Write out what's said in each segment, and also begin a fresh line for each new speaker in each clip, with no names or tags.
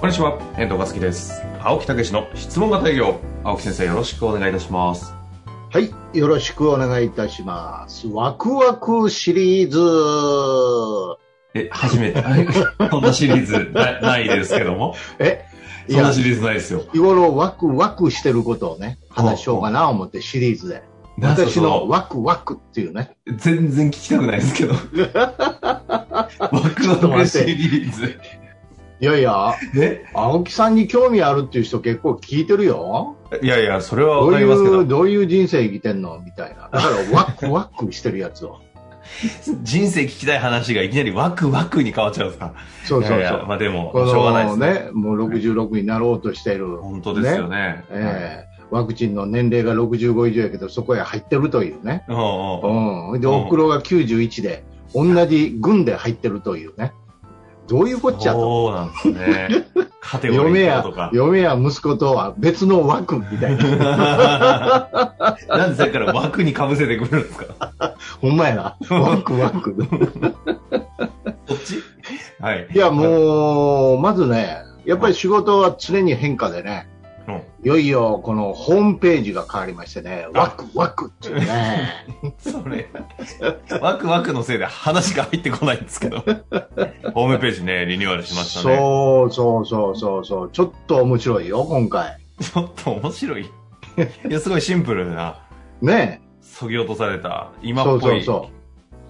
こんにちは、遠藤和樹です。青木武の質問型営業。青木先生、よろしくお願いいたします。
はい、よろしくお願いいたします。ワクワクシリーズ。
え、初めて。 そんなシリーズなないですけども。
えい
そん
や
な、シリーズないですよ。
日頃ワクワクしてることをね、話しようかな思ってシリーズで。
なんか
私
そ
の
の、
ワクワクっていうね。
全然聞きたくないで すけど。ワクワクシリーズ。
いやいや、
え
青木さんに興味あるっていう人結構聞いてるよ。
いやいや、それは
ど
わ
う
か
い
りますけ
う、
ど。
どういう人生生きてんのみたいな。だからワクワクしてるや つを。
人生聞きたい話がいきなりワクワクに変わっちゃうんですか。
そうそうそう。
いやいやまあでも、し
こ
ょうがないで
の
すね。
ね、もう66になろうとしている。
本当ですよね。
ええワクチンの年齢が65以上やけど、そこへ入ってるというね。
うんうんうん
うん。で、
うん
おふくろが91で、同じ軍で入ってるというね。どういうこっちゃと。
そうなんですね。 カテゴリ
嫁
ー
や
とか、。
嫁や息子とは別の枠みた いな。
なんでさっきから枠にかぶせてくるんですか
ほんまやな。枠枠。
こっちはい。
いや、もう、まずね、やっぱり仕事は常に変化でね。
うん
いよいよ、このホームページが変わりましてね、
あ
ワクワクっていうね。
それ、ワクワクのせいで話が入ってこないんですけど。ホームページね、リニューアルしましたね。
そうそうそうそうそう。ちょっと面白いよ、今回。
ちょっと面白い。いや、すごいシンプルな、
ね
そぎ落とされた、
え。
今
そ
っ
う
ぽ
そ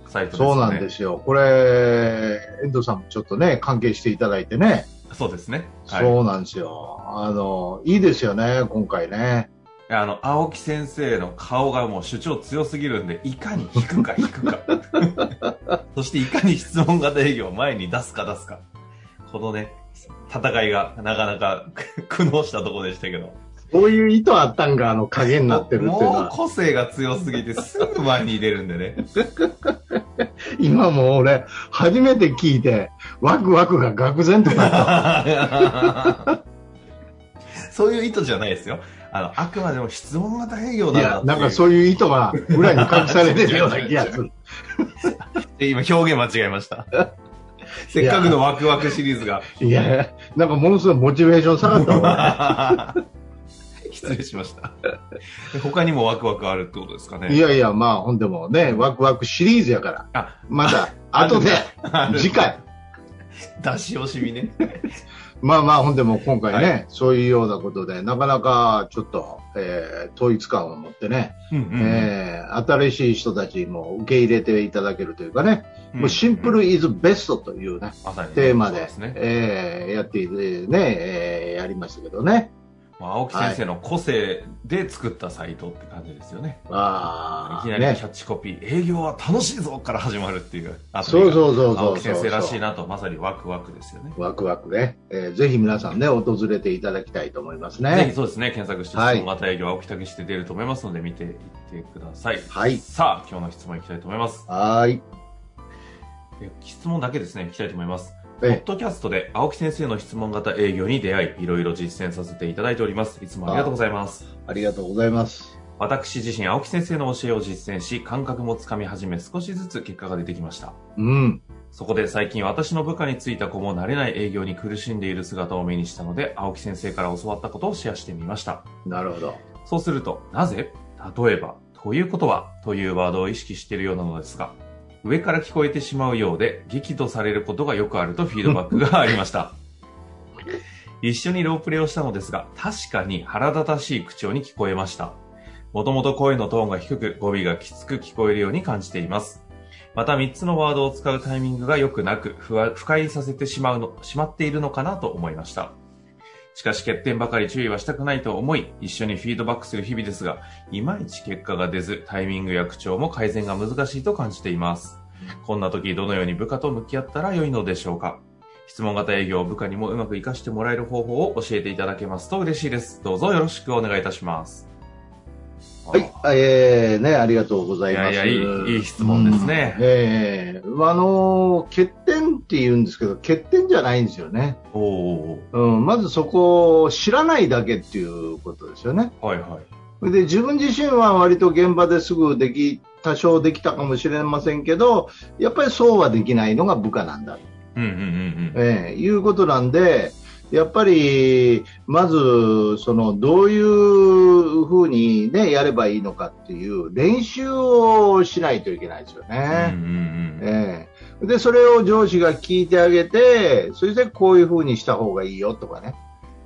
う
いサイトで
そう。
すね。。
そうなんですすよ。これ、遠藤さんもちょっとね、関係していただいてね。
そうですね。はい。
そうなんですよ。あの、いいですよね、今回ね。
あの、青木先生の顔がもう主張強すぎるんで、いかに引くか引くか。 そしていかに質問型営業を前に出すか出すか。このね、戦いがなかなか 苦悩したとこでしたけど。
こういう意図あったんが、あの、影になってるっていうの
もう
は、
個性が強すぎてすぐ前に出るんでね。
今もう俺、初めて聞いて、ワクワクが愕然となった。
そういう意図じゃないですよ。あの、あくまでも質問型営業
い
な、ん
や
だ
な
っ
ん
ていう
かそういう意図が裏に隠されてるような気がする。
今表現間違えま した。せっかくのワクワクシリーズが。
いや、なんかものすごいモチベーション下がったわ。
失礼しました。他にもワクワクあるってことですか
い
ね。
やいや、まあ、ほんでもね、ワクワクシリーズやから。
あ、
また、後で、次回。
出し惜しみね。
まあまあ、ほんでも今回ね、
は
そういうようなことで、なかなかちょっと、えー統一感を持ってね、
うんうん
えー新しい人たちも受け入れていただけるというかね、
うん
もうシンプルイズベストというね、
まさに
テーマで、
そうすね
えーやっていてね、えーやりましたけどね。
まあ青木先生の個性で作ったサイトって感じですよね。い
ああ、
きなり
ね
キ。ャッチコピー、営業は楽しいぞから始まるっていう。
そう
う。
そうそうそうそう。
青木先生らしいなと、まさにワクワクですよね。
ワクワクね、えーぜひ皆さんね、訪れていただきたいと思います
ぜひ
ね。
そうですね、検索して、
はい
質問型営業、青木武して出ると思いますので、見ていってください。
はい
さあ、今日の質問いきたいと思います。
はーい。
え質問だけですね、いきたいと思います。ポッ
え
ドキャストで青木先生の質問型営業に出会い、いろいろ実践させていただいております。いつもありがとうございます。
ありがとうございます。
私自身、青木先生の教えを実践し、感覚もつかみ始め、少しずつ結果が出てきました。
うん。
そこで最近私の部下についた子も慣れない営業に苦しんでいる姿を目にしたので、青木先生から教わったことをシェアしてみました。
なるほど。
そうすると、なぜ例えば、ということは、というワードを意識しているようなのですが、上から聞こえてしまうようで、激怒されることがよくあるとフィードバックがありました。一緒にロープレイをしたのですが、確かに腹立たしい口調に聞こえました。もともと声のトーンが低く、語尾がきつく聞こえるように感じています。また3つのワードを使うタイミングが良くなく、不安不快にさせてしまうの、しまっているのかなと思いました。しかし欠点ばかり注意はしたくないと思い、一緒にフィードバックする日々ですが、いまいち結果が出ず、タイミングや口調も改善が難しいと感じています。こんな時、どのように部下と向き合ったら良いのでしょうか質問型営業を部下にもうまく活かしてもらえる方法を教えていただけますと嬉しいです。どうぞよろしくお願いいたします。
はい、えー、ね、ありがとうござ
い
いま
や
す。
いや、いい、いい質問ですね。
ええまああの欠点って言うんですけど、欠点じゃないんですよね。
おお
うん、まずそこを知らないだけっていうことですよね。
ーはいはい。
で、自分自身は割と現場ですぐでき、多少できたかもしれませんけど、やっぱりそうはできないのが部下なんだ、
うんうんうん
ええいうことなんで、やっぱり、まず、その、どういうふうにね、やればいいのかっていう練習をしないといけないですよね。
うん。うんうんうん
ええでそれを上司が聞いてあげてそれでこういうふうにした方がいいよとかね、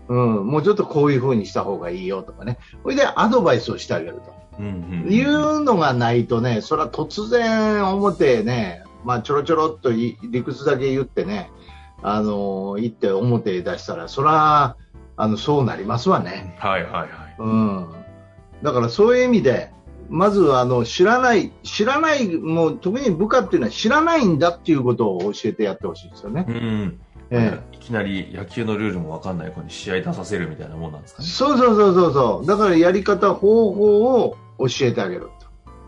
うん、もうちょっとこういうふうにした方がいいよとかねそれでアドバイスをしてあげ
う
る
ん
と
うん。
い。うのがないとねそれは突然表へね、まあ、ちょろちょろっとい理屈だけ言ってねあの言って表へ出したらそれはあのそうなりますわね。
はいはいはい。
うん、だからそういう意味で、まずあの知らない、知らない、もう特に部下っていうのは知らないんだっていうことを教えてやってほしいですよね。
うん、
え
いきなり野球のルールもわかんない子に試合出させるみたいなもんなんですか
え、
ね。
そうそうそうそうそう、だからやり方、方法を教えてあげる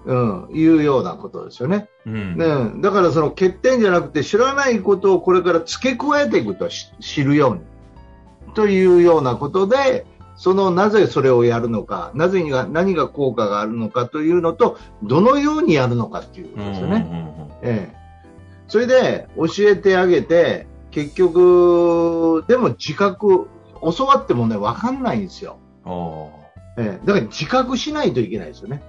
と、うん、いうようなことですよね。
うん。
ねだからその欠点じゃなくて、知らないことをこれから付け加えていくと、し知るように。というようなことで、そのなぜそれをやるのか、なぜにが何が効果があるのかというのと、どのようにやるのかっていうこ
うん
と
うん
です
う
よ
ん
ね。ええ、それで教えてあげて、結局、でも自覚、教わってもね、わかんないんですよ。
うん。あ
ええ、だから自覚しないといけないですよね。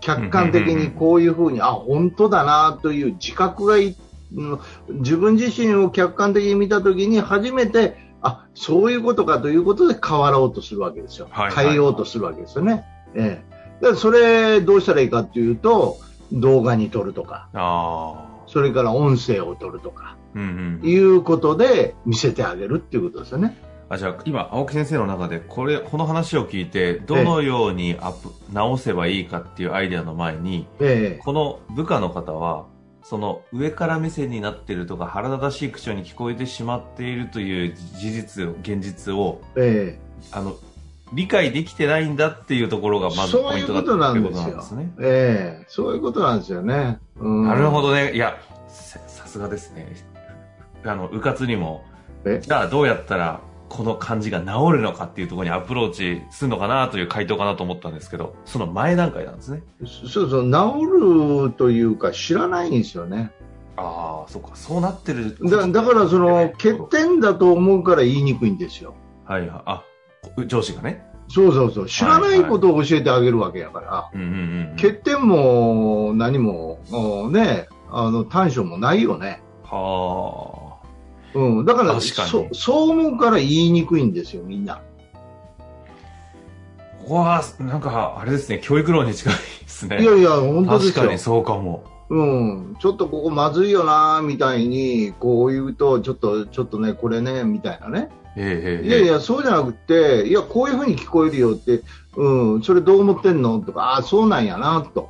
客観的にこういうふうに、あ、本当だなという自覚がい、うん自分自身を客観的に見たときに初めて、あ、そういうことかということで変わろうとするわけですよ。
はい
変えようとするわけですよね。ええ。だからそれどうしたらいいかというと、動画に撮るとか、
あ。ああ。
それから音声を撮るとか、
うんうん。
いうことで見せてあげるっていうことですよね。
あ、じゃあ、今、青木先生の中で、これ、この話を聞いて、どのようにアップ、直せばいいかっていうアイデアの前に、
ええ。
この部下の方は、その上から目線になってるとか腹立たしい口調に聞こえてしまっているという事実を現実を
ええ。
あの理解できてないんだっていうところがまず
そう
ポイ
い
ン
う
ト
こ
だ
とな
って
ん
こ
で
と
す
なん
よ
ですね。
ええ、そういうことなんですよね。うん
なるほ。どね。いや、ささすがですね。あの、うかつにも
え、
じゃあどうやったら、この感じが治るのかっていうところにアプローチするのかなという回答かなと思ったんですけど、その前段階なんですね。
そうそう、治るというか知らないんですよね。
ああ、そっか、そうなってる。
だだからその欠点だと思うから言いにくいんですよ。
はいはい。あ、こ上司がね。
そうそうそう、知らないことを教えてあげるわけやから、
うんうんうん。
欠点も何も、もうね、あの短所もないよね。
はあ。
うん、だから
確かに
そそう思うから言いにくいんですよ、みんな。
ここは、なんか、あれですね、教育論に近いですね。
いやいや、本当です
確
よ
かにそうかも。
うん、ちょっとここまずいよなみたいにこう言うとちょっとちょっとねこれねみたいなね
ええええ。
いやい
や。
やそうじゃなくていやこういうふうに聞こえるよって、うん、それどう思ってんのとかああそうなんやなと、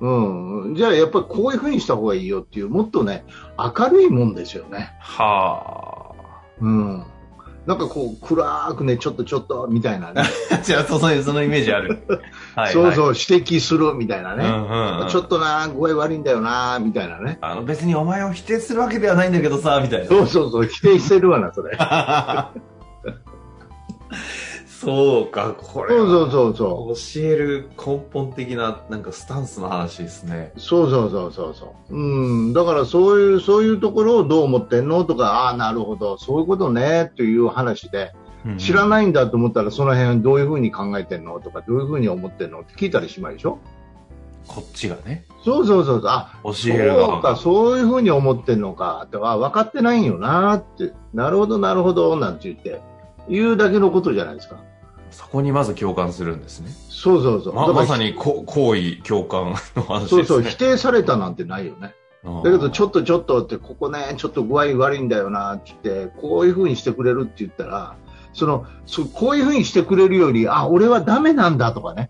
うん、じゃあやっぱりこういうふうにした方がいいよっていうもっとね明るいもんですよね、
はあ。
うん、なんかこう暗くねちょっとちょっとみたいなね、
じゃあ、そうそうそのイメージあ る。はい、はい。
そう
う。
そう指摘するみたいなね、
んうんうん、
ちょっとな具合悪いんだよなみたいなね
あの、別にお前を否定するわけではないんだけどさ、みたいな。
そうそうそう否定してるわな それ
そうか、これ
そう
は。
そうそうそ
教える根本的な、なんかスタンスの話ですね。
う。そうそうそうそうそう。うん。だからそういう、そういうところをどう思ってんのとか、ああー、なるほど、そういうことね、という話で、知ら
ん。
ないんだと思ったら、その辺どういうふうに考えてんのとか、どういうふうに思ってんのって聞いたりしまいでしょ
こっちがね、
そうそうそうそう。あ、
教える
そ
側
うか、
が。
そういうふうに思ってんのか。とか、あ分かってないんよなって。なるほど、なるほど、なんて言って。言うだけのことじゃないですか。
そこにまず共感するんですね。
そうそうそう。
ま
だから
まさにこ、行為共感の話です
そ
ね。
うそう、否定されたなんてないよね。だけど、ちょ
っ
っとちょっとって、ここね、ちょっと具合悪いんだよなって言って、こういうふうにしてくれるって言ったら、そのそこういうふうにしてくれるより、あ、俺はダメなんだとかね、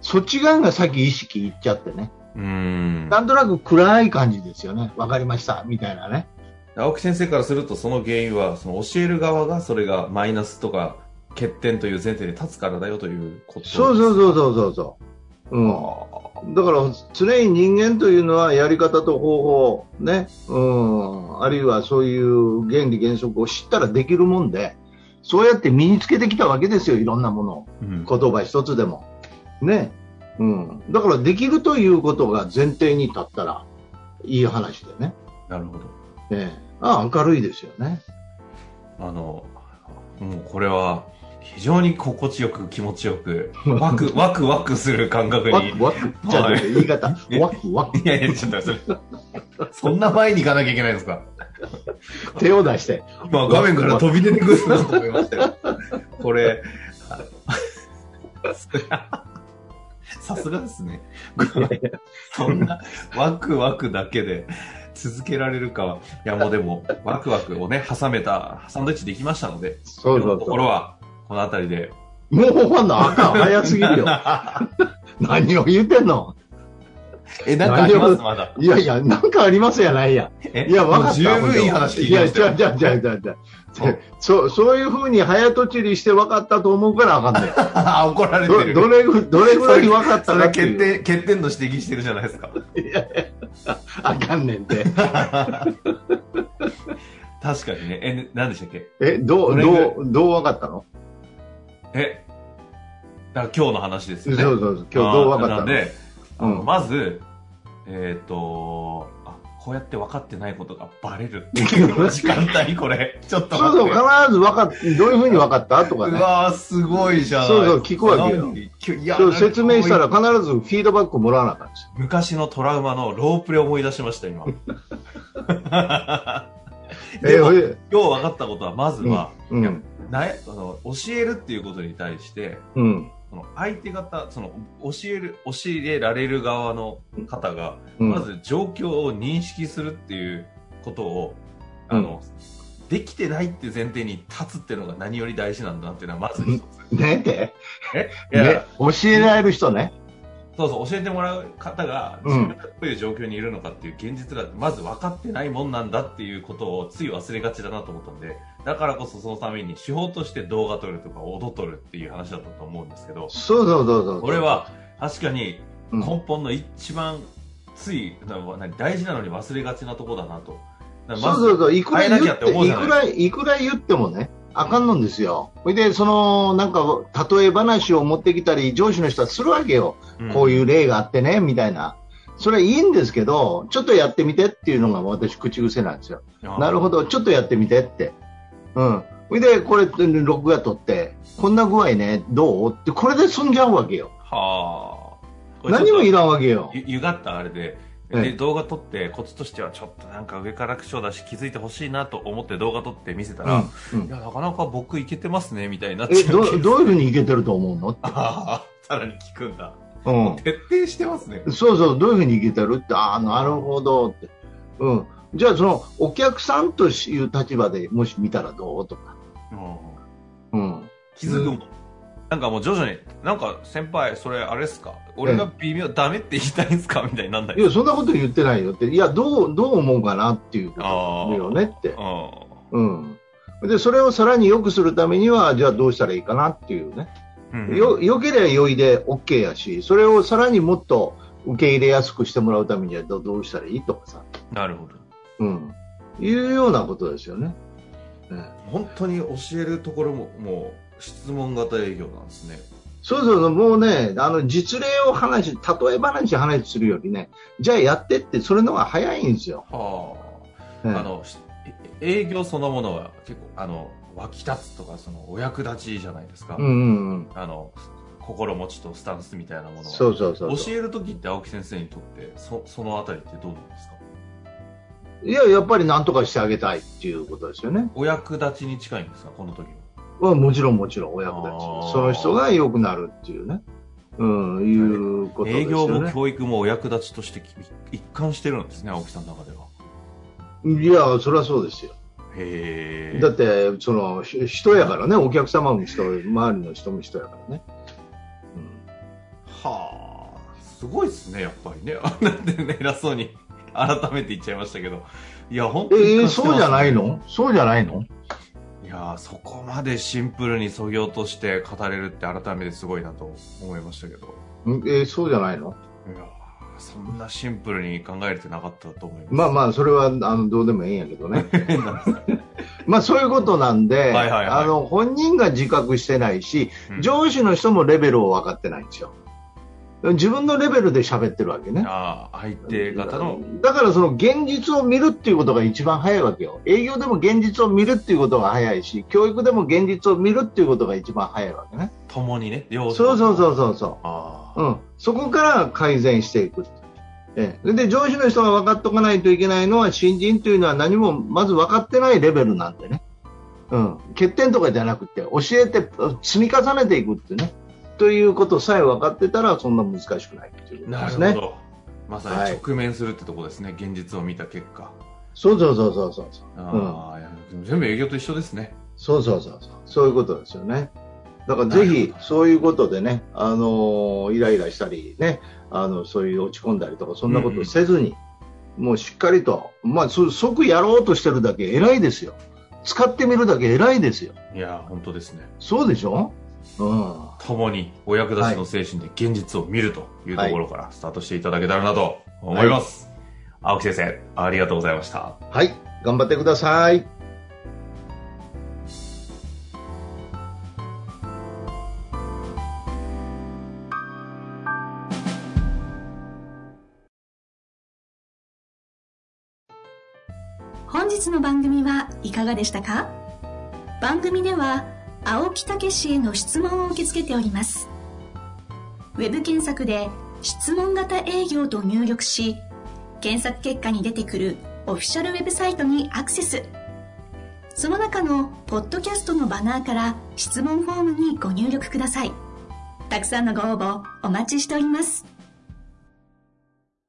そっち側が先意識いっちゃってね、
と。うーん。
なんとなく暗い感じですよね、わかりましたみたいなね、
青木先生からするとその原因はその教える側がそれがマイナスとか欠点という前提で立つからだよということです
そうそうそうそうそうそう。うん。だから常に人間というのはやり方と方法、ね、うん、あるいはそういう原理原則を知ったらできるもんで、そうやって身につけてきたわけですよ、いろんなものを。
うん
言葉一つでも。ね。うん。だからできるということが前提に立ったらいい話でね。
なるほど
ええああ、明るいですよね。
あのもうこれは非常に心地よく気持ちよ くワクワクワクする感覚
ワ
に
クワク。じゃあ、
はい
言い方。ワクワク。
いやいやちょっとそれそんな前に行かなきゃいけないんです か
手を出して。
今画面から飛び出てくるなと思いましたよこ れさすがですねそんなワクワクだけで続けられるかはいやもうでもワクワクをね挟めたサンドイッチできましたので
そ
今
うそ
日の
う
と
そ
こ
う。
ろはこの辺りで
もう終わんのあかん。早すぎるよ。何を言ってんの
え、なんかありますまだ。
いやいや、なんかありますやないや。
え
いや、わかった。
十分いい話聞いてました
い
よ
や、じゃあじゃあじゃあじゃあじゃあそう、そういうふうに早とちりして分かったと思うからあか んねん。
あ怒られて
ど
る。
どれぐどれぐらい分かっ
そ
たか
れ
ってい
欠
う
点、欠点の指摘してるじゃないですか。
あかんね んて。
確かにね。え、ね何でしたっけ
え、ど
ど
う、
れぐらい
どう、どう分かったの
え、だから今日の話です
そう
よね。
そううそう。今日どう分かった
なん
の
で、
うん
まず、えっ、とあ、こうやって分かってないことがバレる。時間帯これ。ちょっと
そう
待っ
そう、
て。
必ず分かっ、どういうふうに分かったとか
う
ね。
わー、すごいじゃない
そうそう聞くわけよ
なんでいや
そう説明した
な
ら
んかこういう
必ずフィードバックもらわなあかんですよ。
昔のトラウマのロープレを思い出しました、 今。
え
でも
え、
今日分かったことは、まずは、
う
いや
ん。
なえあの教えるっていうことに対して、
うん。
その相手方、その教える、教えられる側の方が、
うん
まず状況を認識するっていうことを、
うん
あの、できてないって前提に立つっていうのが何より大事なんだなっていうのはまず一つ。
ねえて、
いや、
ね、教えられる人ね。
そうそう、教えてもらう方が、
うん
自分がどういう状況にいるのかっていう現実だって、まず分かってないもんなんだっていうことをつい忘れがちだなと思ったんで、だからこそそのために手法として動画撮るとか踊撮るっていう話だったと思うんですけど、
そうそうそうそう。
これは確かに
うん、
根本の一番つい、な何大事なのに忘れがちなとこだなと。だから
そ
ま
う
ず
そうそう、いくら
変えなき
言
ゃ
っ
って
て、
思うじ
い
ゃない
くら、いくら言ってもね、あかんのんですよ。ほいで、その、なんか、例え話を持ってきたり、上司の人はするわけよ。こう
う
いう例があってね、みたいな。それはいいんですけど、ちょっとやってみてっていうのが私、口癖なんですよ。
ん、
なる
ほ
ほど、ちょっとやってみてって。うん。ほいで、これ、録画撮って、こんな具合ね、どうって、これで済んじゃうわけよ
ど。。はあ。これちょっ
何
と
もいらんわけよ。
ゆゆがったあれで、
え
で
え
動画撮ってコツとしてはちょっとなんか上から苦笑だし気づいてほしいなと思って動画撮って見せたら、
うんうん
いやなかなか僕いけてますねみたいになっ
え、
ちゃう
どどういうふうにいけてると思うのって。
ああ さらに聞くんだ
うん。
徹底してますね
そうそう、どういうふうにいけてるって、ああ、なるほどって。うん。じゃあ、その、お客さんという立場でもし見たらどうとか。
うん
うん。
気づくもん、なんかもう徐々になんか先輩それあれっすか俺が微妙、ダメって言いたいんすかみたいになんない
いや、そんなこと言ってないよって。いや、どう、どう思うかなっていうことだよねって。うん。で、それをさらに良くするためには、じゃあどうしたらいいかなっていうね。
うん
よ、良ければ良いで OK やし、それをさらにもっと受け入れやすくしてもらうためにはどどうしたらいいとかさ。
なるほど
うん。いうようなことですよね。
本当に教えるところももう質問型営業なんですね
そうそうそう、もうね、あの、実例を話し、例え話話するよりね、じゃあやってって、それの方が早いんですよ。
はあ
ええ
あのし営業そのものは結構あの湧き立つとかそのお役立ちじゃないですか、
うんうんうん。
あの心持ちとスタンスみたいなものは
そうそうそうそ
教える時って青木先生にとってそそのあたりってどうなんですか
う。いや、やっぱりなんとかしてあげたいっていうことですよね。
お役立ちに近いんですかこの時は
はもちろんもちろん、お役立
あー
ち。その人が良くなるっていうね。うん、いうことです
営業
よ
も
ね。
教育もお役立ちとしてき一貫してるんですね青木さんの中ではい
や、そりゃそうですよ。
へえ
だって、その、ひ人やからね、お客様も人、周りの人も人やからね。うん
はあすごいですねやっぱりねあんなでね偉そうに改めて言っちゃいましたけど。いや、本当に
え
感
ー、
じてますね
そうじゃないのそうじゃないの
いやーそこまでシンプルにそぎ落として語れるって改めてすごいなと思いましたけど。
んえー、そうじゃないの
いやーそんなシンプルに考えれてなかったと思いま
まあまあ、それはあのどうでもいいんやけどね。
す。 変なんですね
まあそういうことなんで、
はいはいはい
あの本人が自覚してないし、
うん
上司の人もレベルを分かってないんですよ。自分のレベルで喋ってるわけね。
あー相手方の、
だからその現実を見るっていうことが一番早いわけよ。営業でも現実を見るっていうことが早いし、教育でも現実を見るっていうことが一番早いわけね。
共にね、両
そう
者
そうそうそうそう。
あー
うん、そこから改善していく。ええ、で上司の人が分かっておかないといけないのは新人というのは何もまず分かってないレベルなんでね、うん、欠点とかじゃなくて教えて積み重ねていくっていうねということさえ分かってたらそんな難しくないっていうこと
な
で
る
す
ほ
ね。
ど。まさに直面するってとこですね、現実を見た結果。
そうそうそうそうそう
あーいやでも全部営業と一緒ですね。
そうそうそうそうそういうことですよね。だから
な
ぜ
る
ひ
ほど
そういうことでね、あのーイライラしたりね、あのそういう落ち込んだりとかそんなことせずに、もうしっかりとまあそ即やろうとしてるだけ偉いですよ。使ってみるだけ偉いですよ。
いやー本当ですね。
そうでしょ？うん。
共にお役立ちの精神で現実を見るというところからスタートしていただけたらなと思います。青木先生、ありがとうございました。
はい、頑張ってください。
本日の番組はいかがでしたか番組では青木武氏への質問を受け付けておりますウェブ検索で「質問型営業」と入力し検索結果に出てくるオフィシャルウェブサイトにアクセスその中のポッドキャストのバナーから質問フォームにご入力くださいたくさんのご応募お待ちしております